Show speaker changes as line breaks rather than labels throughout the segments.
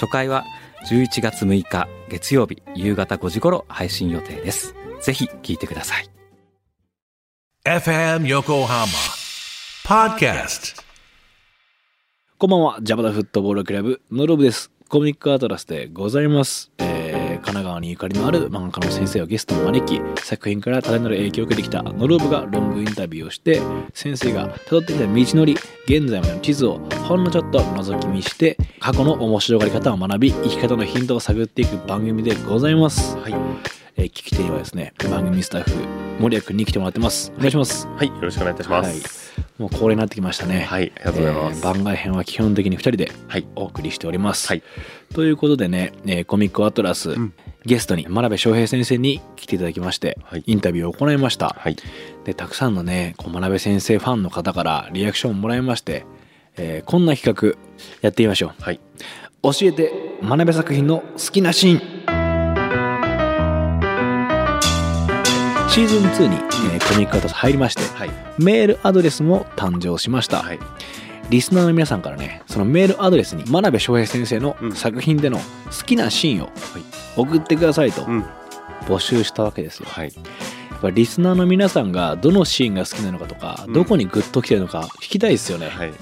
初回は11月6日月曜日夕方5時頃配信予定ですぜひ聞いてください
FM Yokohama Podcast.
こんばんは、ジャパダフットボールクラブのロブです。コミックアトラスでございます。えー神奈川にゆかりのある漫画家の先生をゲストに招き、作品から多大なる影響を受けてきたノロブが論文インタビューをして、先生が辿ってきた道のり、現在までの地図をほんのちょっと覗き見して、過去の面白がり方を学び、生き方のヒントを探っていく番組でございます。はい。えー聞き手にはですね、番組スタッフ、森谷くんに来てもらってます。お願いします。
はい、よろしくお願いいたします。
もう恒例になってきましたね。
はい、ありがとうございます。
えー番外編は基本的に2人で
はい
お送りしております。
はい
ということでね、えーコミックアトラス、
ん
ゲストに真鍋翔平先生に来ていただきまして、
はい
インタビューを行いました。
はい、
でたくさんのねこう真鍋先生ファンの方からリアクションをもらいまして、えーこんな企画やってみましょう。
はい、
教えて真鍋作品の好きなシーンシーズン2に、えーコミックアトラス入りまして、
はい、
メールアドレスも誕生しました、
はい、
リスナーの皆さんからねそのメールアドレスに真鍋翔平先生の
うん
作品での好きなシーンを送ってくださいと
うん、
募集したわけですよ
はい、
やっぱリスナーの皆さんがどのシーンが好きなのかとか、
うん
どこにグッときてるのか聞きたいですよね、、
はい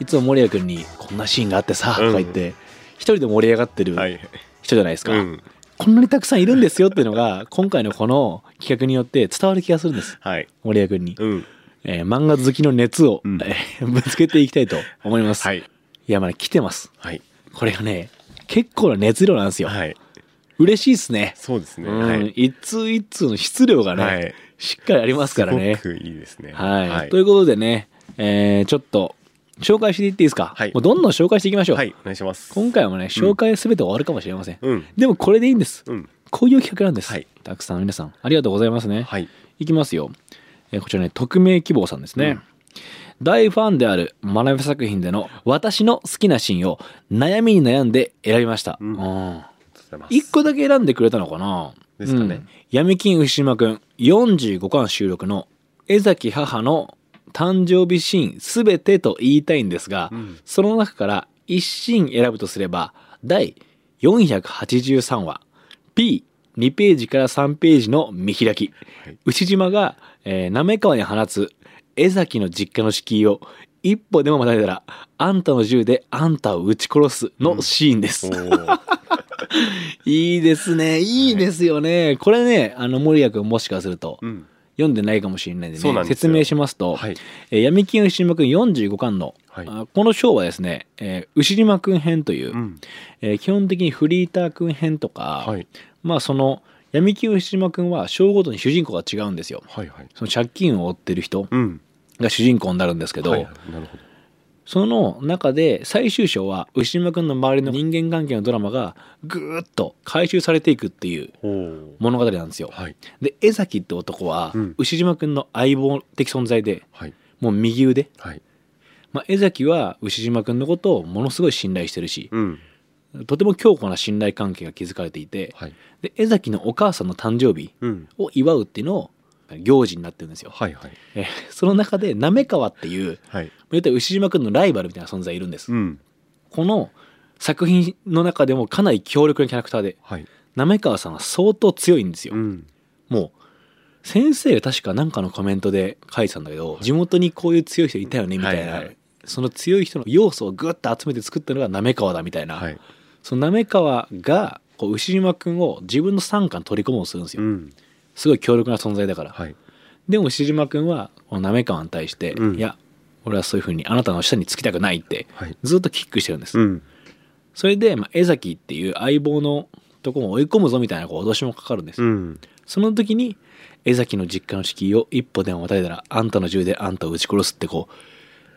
い、
つも森谷君に「こんなシーンがあってさ」
うん
とか言って、一人で盛り上がってる
はい、
人じゃないですか、
うん、
こんなにたくさんいるんですよっていうのが今回のこの企画によって伝わる気がするんです
はい、
森谷君に、
うん、
えー漫画好きの熱を、
うん
えー ぶつけていきたいと思います、
はい、
いやまだ来てます
はい、
これがね、結構な熱量なんですよ。
はい、
嬉しいっすね。
そうですね。
うん、
はい、
一通一通の質量がね、
はい
しっかりありますからね
す。ごくいいですね。
はい、
はい
とい、うことでね、えーちょっと、紹介していっていいですか、
はい
もうどんどん紹介していきましょう。
はい、お願いします。
今回もね、紹介すべて終わるかもしれません。
うん、
でもこれでいいんです。
うん、
こういう企画なんです。
はい
たくさん皆さん、ありがとうございますね。
はい、
いきますよ。えーこちらね、匿名希望さんですね。大ファンである学び作品での私の好きなシーンを悩みに悩んで選びました。
うん
うん
ありがとうございます。
一個だけ選んでくれたのかな
ですかね
うん闇金牛島くん45巻収録の江崎母の誕生日シーンすべてと言いたいんですが、
うん
その中から一シーン選ぶとすれば第483話 P2 ページから3ページの見開き、
はい
牛島が、えー、滑川に放つ江崎の実家の敷居を一歩でもまたいだらあんたの銃であんたを撃ち殺すのシーンです、
おー
いいですね。いいですよね。これね、あの、森谷君もしかすると、
うん、
読んでないかもしれないんでね、
そうなんです
説
よ
明しますと、
はい、
えー闇金牛島くん45巻の、
はい
あこの章はですね、えー牛島くん編という、
うん、
えー基本的にフリーターくん編とか、
はい、
まあその、闇金牛島くんは章ごとに主人公が違うんですよ。
はい、はい、
その借金を負ってる人
うん、
が主人公になるんですけど、
はいはいなるほど。
その中で最終章は牛島くんの周りの人間関係のドラマがぐーっと回収されていくっていう
おお、
物語なんですよ。
はい、
で江崎って男は
うん
牛島くんの相棒的存在で
はい、
もう右腕、
はい、
まあ、江崎は牛島くんのことをものすごい信頼してるし
うん、
とても強固な信頼関係が築かれていて
はい、
で江崎のお母さんの誕生日
うん、
を祝うっていうのを行事になってるんですよ。
はい、はい、
えーその中で滑川っていう
はい、
言ったら牛島くんのライバルみたいな存在いるんです。
うん、
この作品の中でもかなり強力なキャラクターで
はい、
滑川さんは相当強いんですよ。
うん、
もう先生が確かなんかのコメントで書いてたんだけど、地元にこういう強い人いたよねみたいな、
はいはい
その強い人の要素をグッと集めて作ったのが滑川だみたいな、
はい、
その滑川がこう牛島くんを自分の傘下に取り込もうとするんですよ、
うん、
すごい強力な存在だから、
はい、
でも牛島くんはこの滑川に対して、
うん
いや俺はそういうふうにあなたの下につきたくないって
はい、
ずっとキックしてるんです、
うん、
それで、まあ、江崎っていう相棒のとこも追い込むぞみたいなこう脅しもかかるんですよ
うん、
その時に江崎の実家の敷居を一歩でもまたいだらあんたの銃であんたを撃ち殺すってこう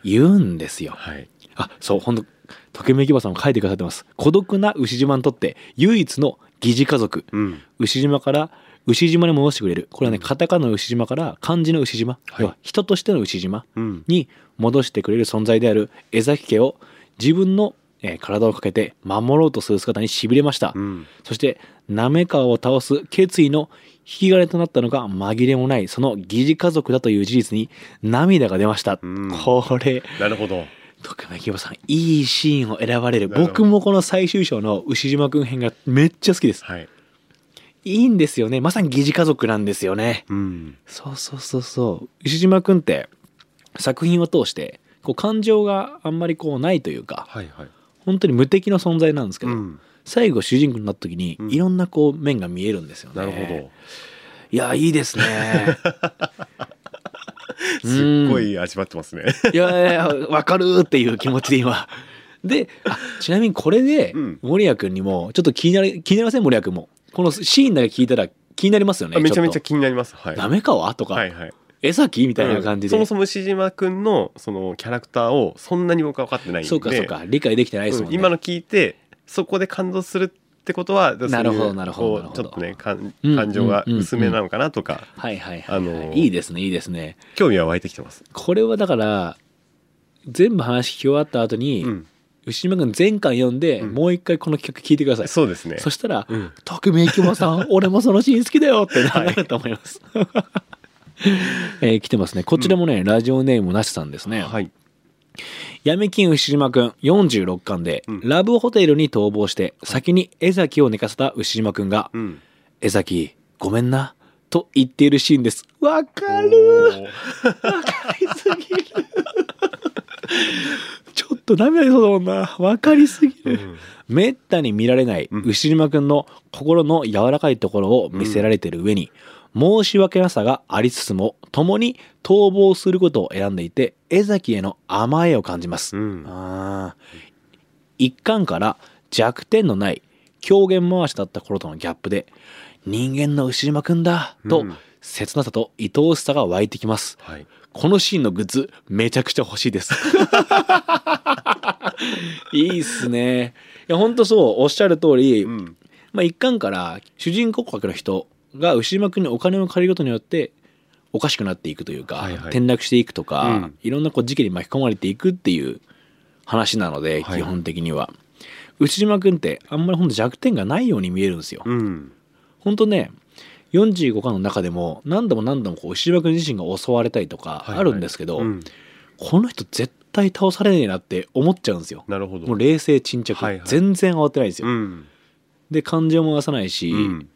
言うんですよ。
はい。
あそうほんと時めきばさんも書いてくださってます孤独な牛島にとって唯一の疑似家族、
うん。
牛島から牛島に戻してくれるこれはねカタカナの牛島から漢字の牛島、
はい
要は人としての牛島
うん。
に戻してくれる存在である江崎家を自分のえー体をかけて守ろうとする姿にしびれました、
うん。
そして滑川を倒す決意の引き金となったのが紛れもないその疑似家族だという事実に涙が出ました、
うん
これ
なるほど。
徳間希保さんいいシーンを選ばれる
なるほど
僕もこの最終章の牛島くん編がめっちゃ好きです
はい。
いいんですよねまさに疑似家族なんですよね
うん。
そうそうそうそう牛島くんって作品を通してこう感情があんまりこうないというか
はいはい。
本当に無敵の存在なんですけ
う
ど、
ん。
最後主人公になった時に、
うん
いろんなこう面が見えるんですよね
なるほ
いやいいですね
ど。 すっごい味わってますね。
いやいやいやわかるっていう気持ちで今であちなみにこれで
うん
森谷君にもちょっと気になる気になりません森谷君もこのシーンだけ聞いたら気になりますよね
あ めちゃめちゃ
ょっ
気になります。は
と
い。
ダメかわとか、
はいはい。
江崎みたいな感じで、
うんそもそも牛島くんのそのキャラクターをそんなに僕は分かってないんで。
そうかそうか理解できてないですもん
うん
ね、
今の聞いてそこで感動するってことはそういう
なるほどなるほど
こう
なるほ
ち
ど
ょっとね感
うん
感情が薄めなのかなとか、
はいはいはい、はい
あのー
いいですねいいですね
興味は湧いてきてます。
これはだから全部話聞き終わった後に、
うん、
牛島君前回読んで、
うん
もう一回この企画聞いてくださいそ,、
そうですね。
したら
うん
「匿名希望さ ん俺もそのシーン好きだよ」ってなると思います、 えー来てますねこちらもね、ラジオネームなしさんですね、
はい。
闇金牛島くん46巻で、
うん
ラブホテルに逃亡して先に江崎を寝かせた牛島くんが
うん。
「江崎ごめんな」と言っているシーンですわかるわかりすぎるちょっと涙出そうだもんなわかりすぎ
お
る、
ー
めったに見られない
うん
牛島くんの心の柔らかいところを見せられてる上に、申し訳なさがありつつも共に逃亡することを選んでいて江崎への甘えを感じます、
うん。うん
あー一巻から弱点のない狂言回しだった頃とのギャップで人間の牛島くんだと、
うん
切なさと愛おしさが湧いてきます
はい。
このシーンのグッズめちゃくちゃ欲しいです。 いいっすね。いや本当そうおっしゃる通り、
うん。
まあ一巻から主人公格の人が牛島君にお金を借りることによっておかしくなっていくというか、
はいはい
転落していくとか、
うん
いろんなこう事件に巻き込まれていくっていう話なので、
はい
基本的には牛島君ってあんまり本当弱点がないように見えるんですよ。
うん。
本当ね45巻の中でも何度も何度もこう牛島君自身が襲われたりとか
はいはい
あるんですけど、
うん
この人絶対倒されねえなって思っちゃうんですよ
なるほど。
もう冷静沈着、
はいはい
全然慌てないんですよ、
うん。
で感情も出さないし、
うん。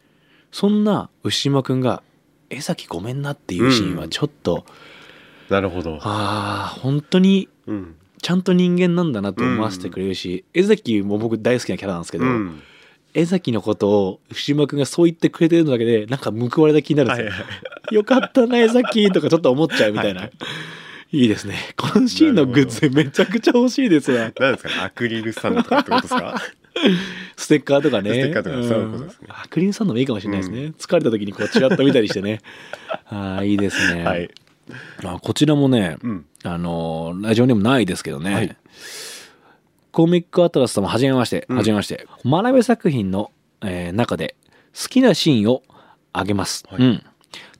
そんな牛島くんが「江崎ごめんな」っていうシーンはちょっと、
なるほど。
ああ本当に
うん。
ちゃんと人間なんだなと思わせてくれるし、江崎も僕大好きなキャラなんですけど、
うん
江崎のことを牛島くんがそう言ってくれてるのだけでなんか報われた気になるんで
は
すよ、
いはい。
よかったね、さっきとかちょっと思っちゃうみたいな。いいですね。このシーンのグッズめちゃくちゃ欲しいですわ。
何ですかねアクリルスタンドとかってことですか
ステッカーとかね。
ステッカーとかそういうことですね
んあクリーンサンドもいいかもしれないですね。疲れた時にこうチラッと見たりして ね。ああ、いいです ね。
はい。
あこちらもね、
うん。
あのーラジオネームないですけどね。
はい
コミックアトラス様、はじめまして、
うん
はじめまして。学べ作品の、えー中で好きなシーンをあげます、
はい
うん。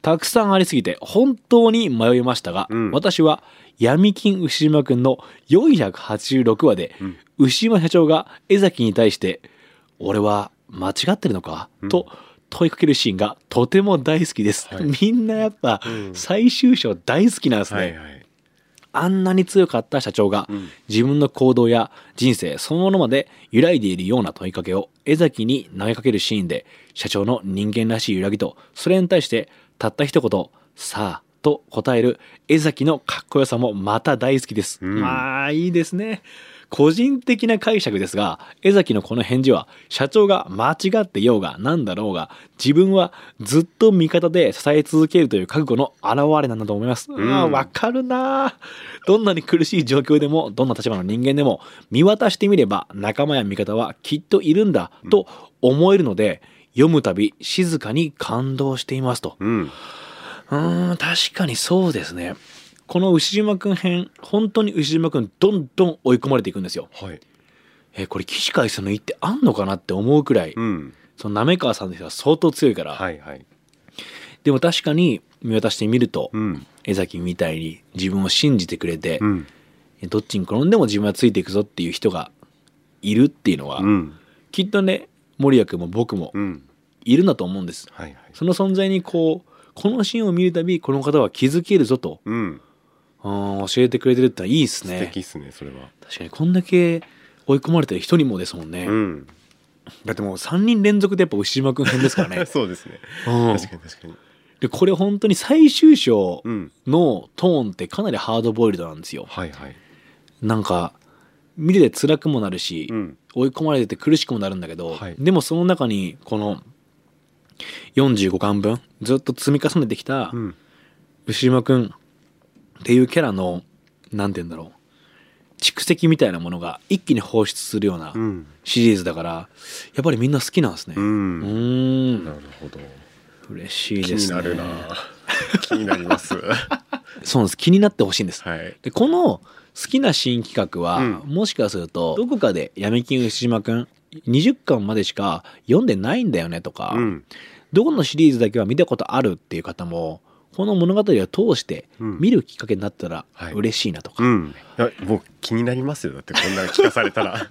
たくさんありすぎて本当に迷いましたが、
うん
私は闇金牛島くんの486話で、
うん
牛島社長が江崎に対して、俺は間違ってるのか、
うん
と問いかけるシーンがとても大好きです。
はい
みんなやっぱ、
うん
最終章大好きなんですね。
はいはい。
あんなに強かった社長が
うん
自分の行動や人生そのものまで揺らいでいるような問いかけを江崎に投げかけるシーンで社長の人間らしい揺らぎとそれに対してたった一言「さあ」と答える江崎のかっこよさもまた大好きです。
うん
まあいいですね。個人的な解釈ですが江崎のこの返事は社長が間違ってようが何だろうが自分はずっと味方で支え続けるという覚悟の表れなんだと思います。
ん
ああわかるなあどんなに苦しい状況でもどんな立場の人間でも見渡してみれば仲間や味方はきっといるんだと思えるので読むたび静かに感動していますと。
うん。
うーん確かにそうですねこの牛島くん編本当に牛島くんどんどん追い込まれていくんですよ
はい。
えーこれ岸海さんの言ってあんのかなって思うくらい、
うん
その滑川さんの人は相当強いから、
はいはい
でも確かに見渡してみると、
うん
江崎みたいに自分を信じてくれて、
うん
どっちに転んでも自分はついていくぞっていう人がいるっていうのは、
うん
きっとね森谷君も僕も
うん
いるんだと思うんです。
はいはい
その存在にこうこのシーンを見るたびこの方は気づけるぞと
うん
うん教えてくれてるってのはいいです
素
ね
敵っすねそれは
確かにこんだけ追い込まれてる人にもですもんね、
うん、
だってもう3人連続でやっぱ牛島君編ですからね
そうですね
うん
確かに確かに
でこれ本当に最終章
うん
のトーンってかなりハードボイルドなんですよ
はいはい
なんか見てて辛くもなるし、
うん
追い込まれてて苦しくもなるんだけど、
はい
でもその中にこの45巻分ずっと積み重ねてきた
うん
牛島くんっていうキャラのなんて言うんだろう蓄積みたいなものが一気に放出するような
うん
シリーズだからやっぱりみんな好きなんですね
う
うん
な
ーん
るほど
嬉しい
気
ですね
になるな気になりますは
そうなんです気になってほしいんです
い
でこの好きな新企画は、
う
もしかするとどこかで「闇金牛島くん」20巻までしか読んでないんだよねとか、
うん
どこのシリーズだけは見たことあるっていう方もこの物語を通して
うん
見るきっかけになったら
はい
嬉しいなとか、
うんいや僕気になりますよだってこんなの聞かされたら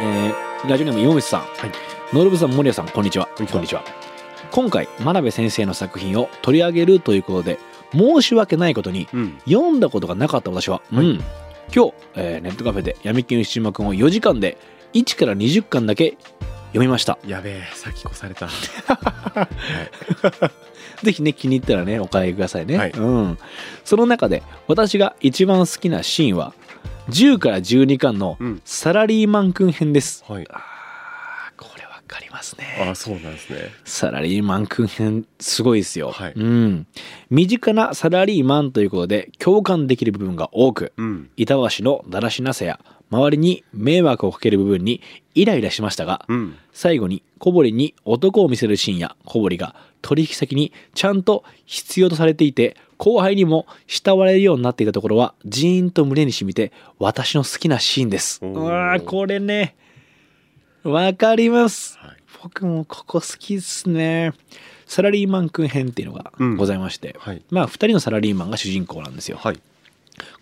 えーラジオネーム今口さん、
い
ノルブさん森谷さんこんにちは
こんにちは
今回真鍋先生の作品を取り上げるということで申し訳ないことに
うん
読んだことがなかった私は、うん今日、えーネットカフェで闇金七島くんを4時間で1から20巻だけ読みました
やべえ先越された
ぜひね気に入ったらねお買いくださいね、
はい
うんその中で私が一番好きなシーンは10から12巻の
うん
サラリーマンくん編です、
はい
あーこれわかりますね
あそうなんですね
サラリーマンくん編すごいですよ、
はい
うん身近なサラリーマンということで共感できる部分が多く
うん
板橋のだらしなさや周りに迷惑をかける部分にイライラしましたが、
うん
最後に小堀に男を見せるシーンや小堀が取引先にちゃんと必要とされていて後輩にも慕われるようになっていたところはジーンと胸に染みて私の好きなシーンです
おー
うわーこれねわかります
はい
僕もここ好きっすねサラリーマンくん編っていうのが
うん
ございまして、
はい
まあ2人のサラリーマンが主人公なんですよ
はい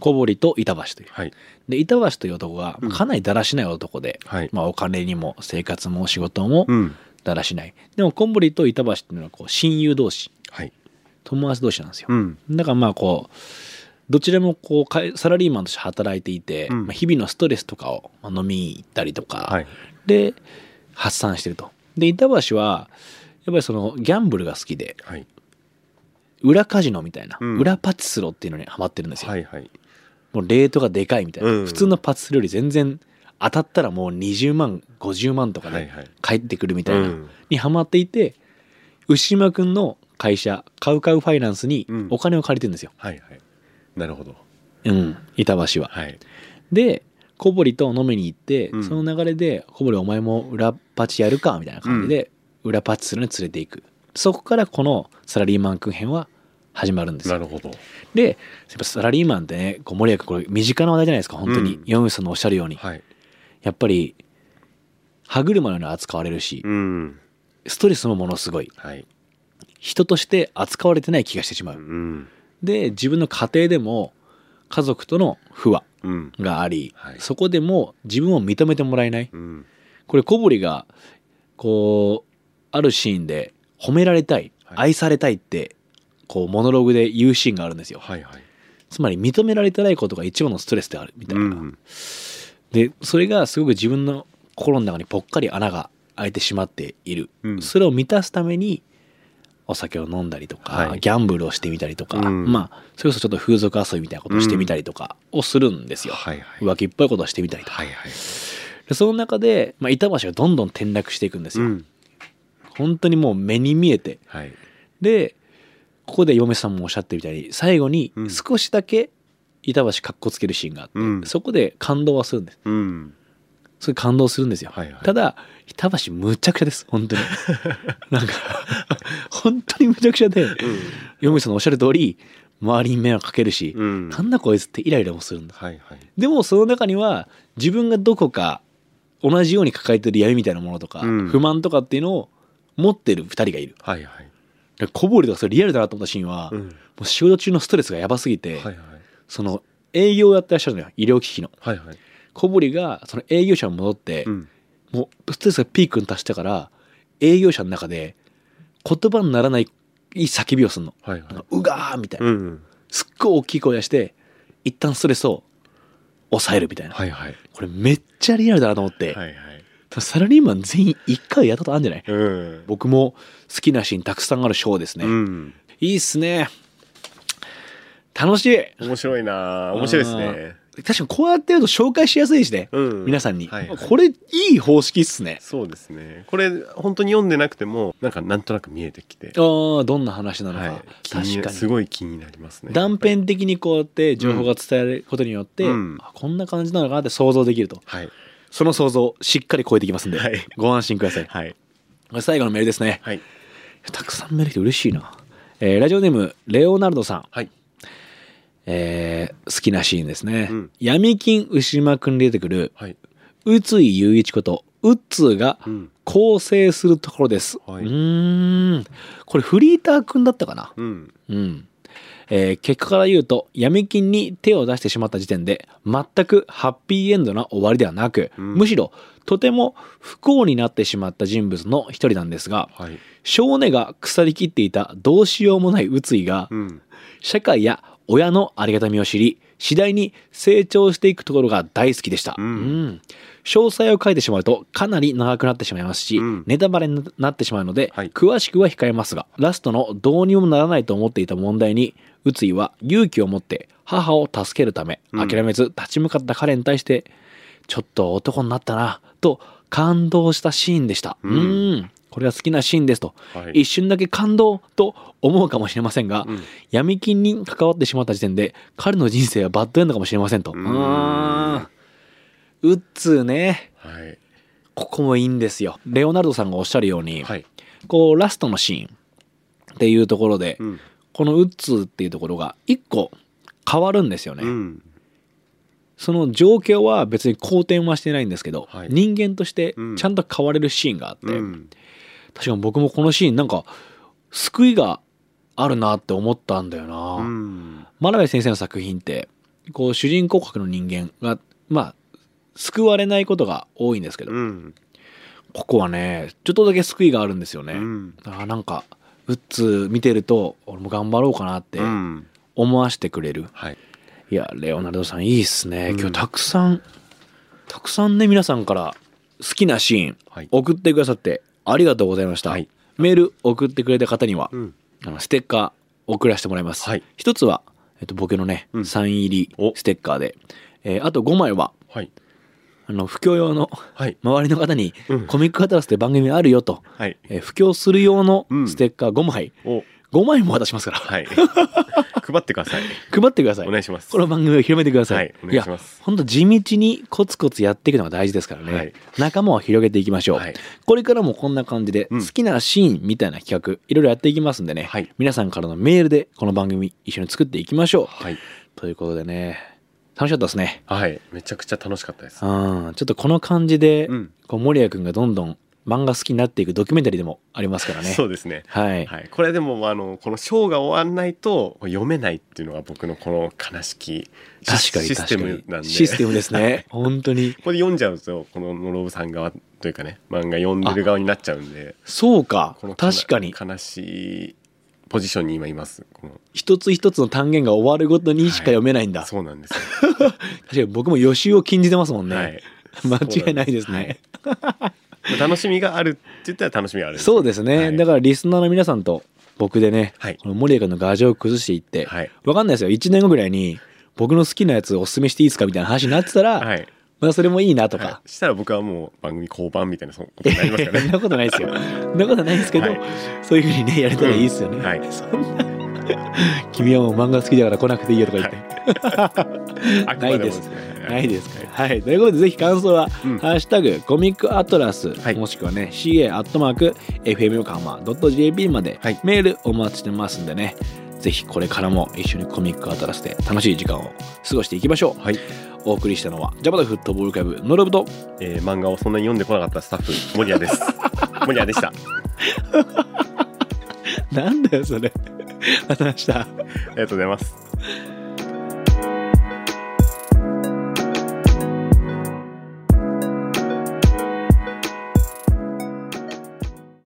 小堀と板橋という
はい
で板橋という男が
うん
かなりだらしない男で、
はい
まあ、お金にも生活も仕事も
うん
だらしない、でもコンボリと板橋っていうのはこう親友同士
はい
友達同士なんですよ、
うん
だからまあこうどちらもこうかいサラリーマンとして働いていて、
うん
まあ、日々のストレスとかをまあ飲みに行ったりとか、
はい
で発散してるとで板橋はやっぱりそのギャンブルが好きで
はい
裏カジノみたいな、
うん
裏パチスロっていうのにハマってるんですよ、
はいはい
もうレートがでかいみたいな、
うん
普通のパチスロより全然当たったらもう20万50万とか
はい
ね、
はい
返ってくるみたいな、
うん
にハマっていて牛島くんの会社カウカウファイナンスに
うん
お金を借りてるんですよ、
はいはいなるほど
うん、板橋は。
はい
で小堀と飲みに行って、
うん
その流れで「小堀お前も裏パチやるか」みたいな感じで、裏パチするのに連れていくそこからこのサラリーマンくん編は始まるんですよ
なるほど
でやっぱサラリーマンってねこう森谷君これ身近な話題じゃないですか本当に、
うん
ヨンウさんのおっしゃるように、
はい
やっぱり歯車のように扱われるし、
うん
ストレスもものすごい
はい
人として扱われてない気がしてしま
う
う、
ん
で自分の家庭でも家族との不和
うん
があり、
はい
そこでも自分を認めてもらえない
うん
これ小堀がこうあるシーンで褒められたい、
はい
愛されたいってこうモノログで言うシーンがあるんですよ
はいはい
つまり認められてないことが一番のストレスであるみたいうな、
ん
でそれがすごく自分の心の中にぽっかり穴が開いてしまっている、
うん
それを満たすためにお酒を飲んだりとか、
はい
ギャンブルをしてみたりとか、
うん
まあそれこそちょっと風俗遊びみたいなことをしてみたりとかをするんですよ、
はいはい
浮気っぽいことをしてみたりとか、
はいはい
でその中で、まあ、板橋がどんどん転落していくんです
う
よ、
ん
本当にもう目に見えて
はい
でここで嫁さんもおっしゃってるみたいに最後に
うん
少しだけ板橋かっこつけるシーンがあって、
うん
そこで感動はするんです
うん
すごい感動するんですよ。
はいはい
ただ板橋むちゃくちゃです本当に なんか本当にむちゃくちゃでヨミさんのおっしゃる通り周りに迷惑かけるし、
うん、うん、
な
は
んだこいつってイライラもするんだ
いはい
でもその中には自分がどこか同じように抱えてる闇みたいなものとか、
うん
不満とかっていうのを持ってる2人がいる
はいはい、
小堀とかそれリアルだなと思ったシーンは、
う
も
ん、
う仕事中のストレスがやばすぎて、
はいはい
その営業をやってらっしゃるのよ医療機器の
はいはい、
小堀がその営業者に戻って、
ん、
もうストレスがピークに達したから営業者の中で言葉にならない叫びをするの
はい
なん
は
かうがーみたい
い、
な、
うん、
すっごい大きい声出して一旦ストレスを抑えるみたいな、
はいはい、
これめっちゃリアルだなと思って、
はいはい、
多分サラリーマン全員一回やったことあるんじゃない
うん、
僕も好きなシーンたくさんあるショーですね、
うん、
いいっすね楽しい
面白いな、面白いですね。
確かにこうやってると紹介しやすいしね、
うん、
皆さんに、
はいはい
これいい方式っすね
そうですね。これ本当に読んでなくてもなんかなんとなく見えてきて、
あーどんな話なのか、
はい、気
確かに
すごい気になりますね。
断片的にこうやって情報が伝えることによって、
うん
あこんな感じなのかなって想像できると
はい
その想像をしっかり超えていきますんで、
はい
ご安心ください、
はい
これ最後のメールですね
はい
たくさんメール来て嬉しいな、えーラジオネームレオナルドさん、
はい
えー好きなシーンですね、
うん
闇金牛間くんに出てくる
はい、
宇津井雄一ことウッツーが
うん
構成するところです、
はいう
ーんこれフリーターくんだったかな
うん
うん。えー結果から言うと闇金に手を出してしまった時点で全くハッピーエンドな終わりではなく、
うん
むしろとても不幸になってしまった人物の一人なんですが
はい
少年が腐りきっていたどうしようもない鬱意が
うん
社会や親のありがたみを知り次第に成長していくところが大好きでした、
うん
詳細を書いてしまうとかなり長くなってしまいますし、
うん
ネタバレになってしまうので、
はい
詳しくは控えますがラストのどうにもならないと思っていた問題に宇津井は勇気を持って母を助けるため
うん
諦めず立ち向かった彼に対して、ちょっと男になったなと感動したシーンでした、
う
うんん、これは好きなシーンですと
はい
一瞬だけ感動と思うかもしれませんが、
うん
闇金に関わってしまった時点で彼の人生はバッドエンドかもしれませんと。う
うん
ーんうっつーね
はい
ここもいいんですよ。レオナルドさんがおっしゃるように、
はい
こうラストのシーンっていうところで、
うん
このうっつーっていうところが一個変わるんですよね。
うん
その状況は別に好転はしてないんですけど、
はい
人間として
うん
ちゃんと変われるシーンがあって、
うん
確かに僕もこのシーンなんか救いがあるなって思ったんだよな。
うん
真鍋先生の作品ってこう主人公格の人間がまあ救われないことが多いんですけど、
うん
ここはねちょっとだけ救いがあるんですよね、
うん
あーなんかウッツー見てると俺も頑張ろうかなって
うん
思わせてくれる、
はい
いやレオナルドさんいいっすね
うん
今日たくさん、たくさんね皆さんから好きなシーン
はい
送ってくださってありがとうございました、
はい
メール送ってくれた方には、
うん
あのステッカー送らせてもらいます、
はい
一つは、えっと、僕のね、
うん
サイン入り
お
ステッカーで、えーあと5枚は
はい
あの布教用の
はい
周りの方に、
うん
コミックアトラスって番組あるよと、
はい
えー布教する用の
うん
ステッカー5枚、
お
5枚も渡しますから、
はい配ってください
配ってください
お願いします
この番組を広めてください、
はいお願いします
やほんと地道にコツコツやっていくのが大事ですからね、
はい
仲間を広げていきましょう、
はい
これからもこんな感じで好
うん
きなシーンみたいな企画いろいろやっていきますんでね、
はい
皆さんからのメールでこの番組一緒に作っていきましょう
はい
ということでね楽しかったですね
はいめちゃくちゃ楽しかったです
うんちょっとこの感じで、
うん
こう森谷君がどんどん漫画好きになっていくドキュメンタリーでもありますからね
そうですね
はい、
はい、これでもあのこの章が終わんないと読めないっていうのが僕のこの悲しき
確
シ
かに
システ
確か
ム
に
なんで
システムですね 本当に
ここで読んじゃうとこのノロブさん側というかね漫画読んでる側になっちゃうんで
そうか
このな
確かに
悲しいポジションに今いますこの
一つ一つの単元が終わるごとにしか読めないんだ、
そうなんです
確かに僕も予習を禁じてますもんね、
よ、はい、
間違いないですね、
そうなんです楽しみがあるって言ったら楽しみがある
そうですね、
はい
だからリスナーの皆さんと僕でね、
はい
この森谷君の牙城を崩していって、
はい
わかんないですよ1年後ぐらいに僕の好きなやつおすすめしていいですかみたいな話になってたら、
はい
まあそれもいいなとか、
はい、したら僕はもう番組降板みたいなそことになります よ
そん
ね
なことないですよそんなことないですけど、
はい
そういうふうにねやれたらいいですよね、
うんはい
そんな君はもう漫画好きだから来なくていいよとか言って。
あく
な
ま
いで
でもですすね。
ないですか。はい。ということで、ぜひ感想は、
うん
ハッシュタグ、コミックアトラス、
はい
もしくはね、CA アットマーク、FM 横浜 .jp まで、
はい
メールお待ちしてますんでね、ぜひこれからも一緒にコミックアトラスで楽しい時間を過ごしていきましょう。
はい
お送りしたのは、ジャパタフットボールクラブ、ノロブと、
えー漫画をそんなに読んでこなかったスタッフ、モリアです。モリアでした。
なんだよ、それ。また明日。
ありがとうございます。